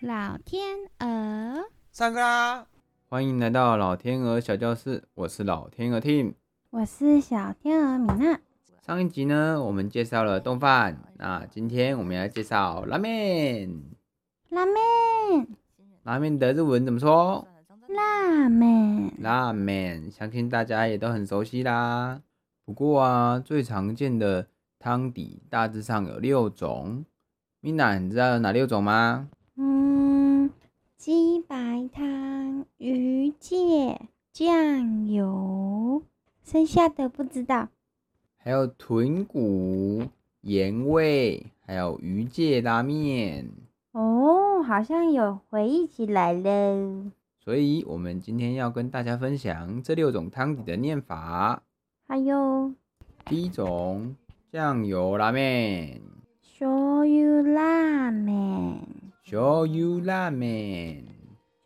老天鹅，上课啦！欢迎来到老天鹅小教室，我是老天鹅 Team。我是小天鹅米娜。上一集呢，我们介绍了冻饭，那今天我们要介绍拉面。拉面，拉面的日文怎么说？辣妹，拉面，相信大家也都很熟悉啦。不过啊，最常见的汤底大致上有六种。Mina，你知道有哪六种吗？嗯，鸡白汤、鱼介、酱油，剩下的不知道。还有豚骨、盐味，还有鱼介拉面。哦，好像有回忆起来了。所以，我们今天要跟大家分享这六种汤底的念法。还有第一种，酱油拉面，醤油拉面，醤油拉面。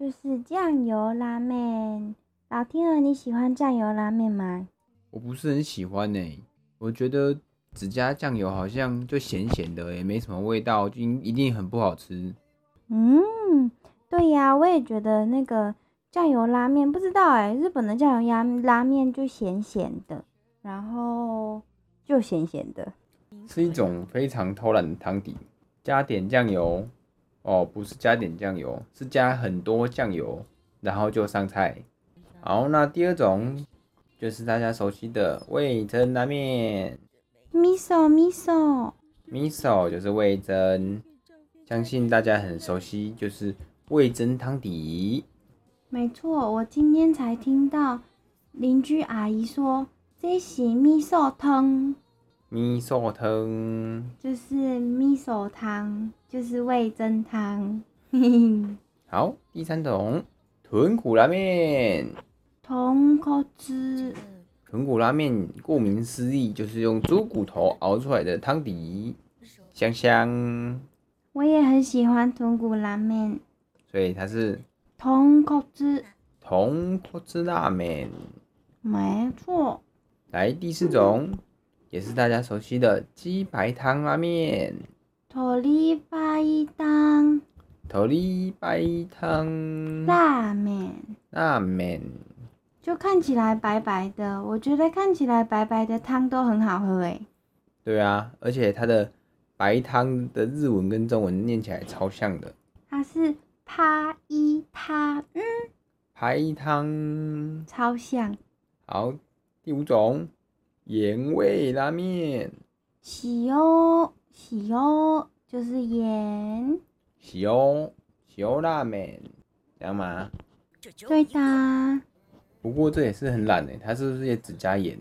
就是酱油拉面。老天鹅，你喜欢酱油拉面吗？我不是很喜欢呢、我觉得只加酱油好像就咸咸的、也没什么味道，就一定很不好吃。嗯，对呀，我也觉得那个酱油拉面，不知道哎，日本的酱油拉拉面就咸咸的，然后就咸咸的。是一种非常偷懒的汤底，加点酱油，哦，不是加点酱油，是加很多酱油，然后就上菜。好，那第二种就是大家熟悉的味噌拉面，miso miso， ，miso 就是味噌，相信大家很熟悉，就是味噌汤底。没错，我今天才听到邻居阿姨说这是 miso 汤， miso 汤，就是 miso 汤，就是味增汤。嘿嘿，好，第三种豚骨拉面，豚骨汁，豚骨拉面顾名思义就是用猪骨头熬出来的汤底，香香。我也很喜欢豚骨拉面，所以它是豚骨汁。同锅之拉面。没错，来第四种，也是大家熟悉的鸡白汤拉面，土里发一当头里白汤辣面，拉面。就看起来白白的，我觉得看起来白白的汤都很好喝欸诶。对啊，而且它的白汤的日文跟中文念起来超像的，它是啪一啪，嗯，白汤。超像好，第五种，盐味拉面，喜哦喜哦，就是盐。塩塩拉面，这样吗？对的，不过这也是很懒欸诶，它是不是也只加盐？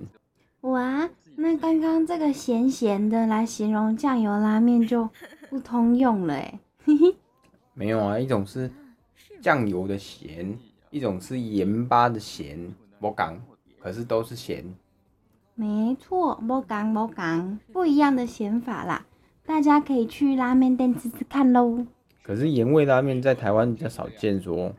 哇，那刚刚这个咸咸的来形容酱油拉面就不通用了欸诶。没有啊，一种是酱油的咸，一种是盐巴的咸，我讲，可是都是咸。没错，莫港莫港，不一样的写法啦，大家可以去拉面店吃吃看喽。可是盐味拉面在台湾比较少见说，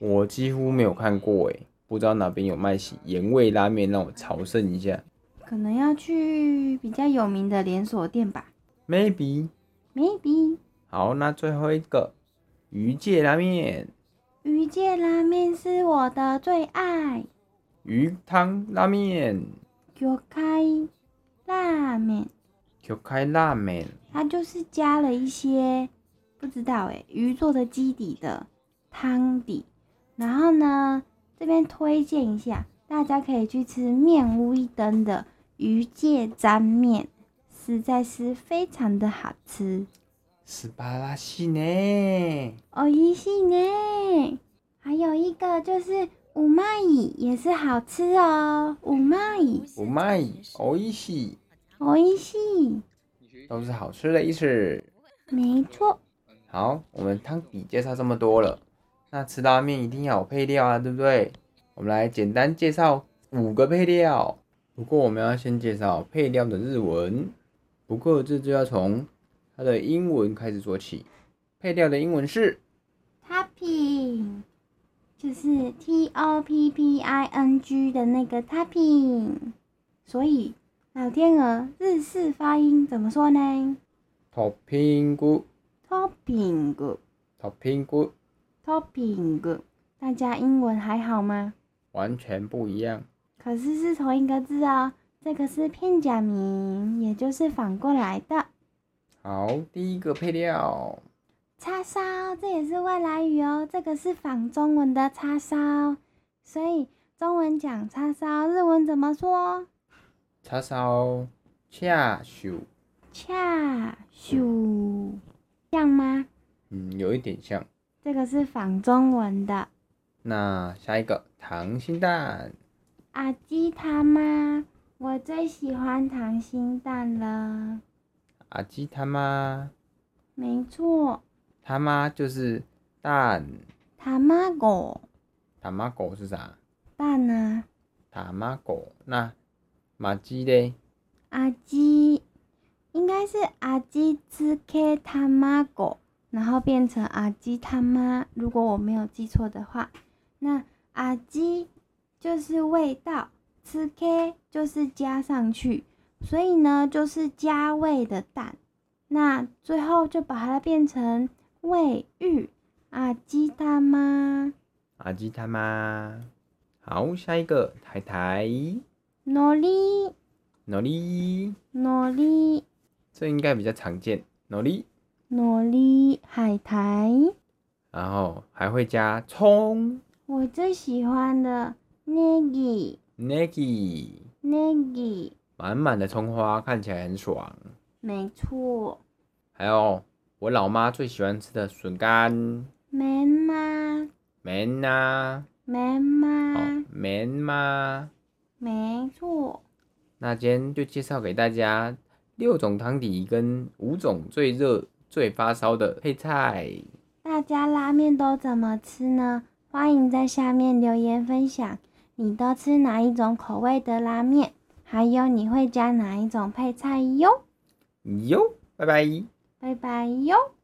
我几乎没有看过诶，不知道哪边有卖盐味拉面，让我朝圣一下。可能要去比较有名的连锁店吧 Maybe。 ，maybe。好，那最后一个鱼介拉面，鱼介拉面是我的最爱，鱼汤拉面，有开拉面， Q 开拉面，它就是加了一些不知道诶、鱼做的基底的汤底。然后呢，这边推荐一下，大家可以去吃面屋一灯的鱼介沾面，实在是非常的好吃。斯巴拉西呢？哦，一系呢，还有一个就是五麦蚁也是好吃哦，五麦蚁，うまい、おいしい，哦一系，都是好吃的意思。没错，好，我们汤底介绍这么多了，那吃拉面一定要有配料啊，对不对？我们来简单介绍五个配料。不过我们要先介绍配料的日文，不过这就要从它的英文开始说起。配料的英文是 topping 就是 T O P P I N G 的那个 topping，所以老天鹅日式发音怎么说呢 topping， ？topping topping topping，大家英文还好吗？完全不一样。可是是同一个字哦，这个是片假名，也就是反过来的。好，第一个配料，叉烧，这也是外来语哦，这个是仿中文的叉烧，所以中文讲叉烧，日文怎么说？叉烧恰咻，恰咻，像吗？嗯，有一点像。这个是仿中文的那下一个溏心蛋，阿基他妈，我最喜欢溏心蛋了。阿基他妈，没错，他妈就是蛋，塔玛狗塔玛狗是啥？蛋啊，塔玛狗。那马鸡嘞？阿基应该是阿基吃 K 他妈狗，然后变成阿基他妈。如果我没有记错的话，那阿基就是味道，吃 K 就是加上去，所以呢就是加味的蛋。那最后就把它变成味玉阿基他妈阿基他妈。好，下一个台台，努力努力，努力这应该比较常见，努力。努力海苔。然后还会加葱我最喜欢的 negi ，negi， negi，满满的葱花看起来很爽。没错，还有我老妈最喜欢吃的笋干，没吗？绵呐、没啊，吗哦？，绵吗？没错，那今天就介绍给大家六种汤底跟五种最热最发烧的配菜。大家拉面都怎么吃呢？欢迎在下面留言分享，你都吃哪一种口味的拉面？还有你会加哪一种配菜哟？哟，拜拜。拜拜哟！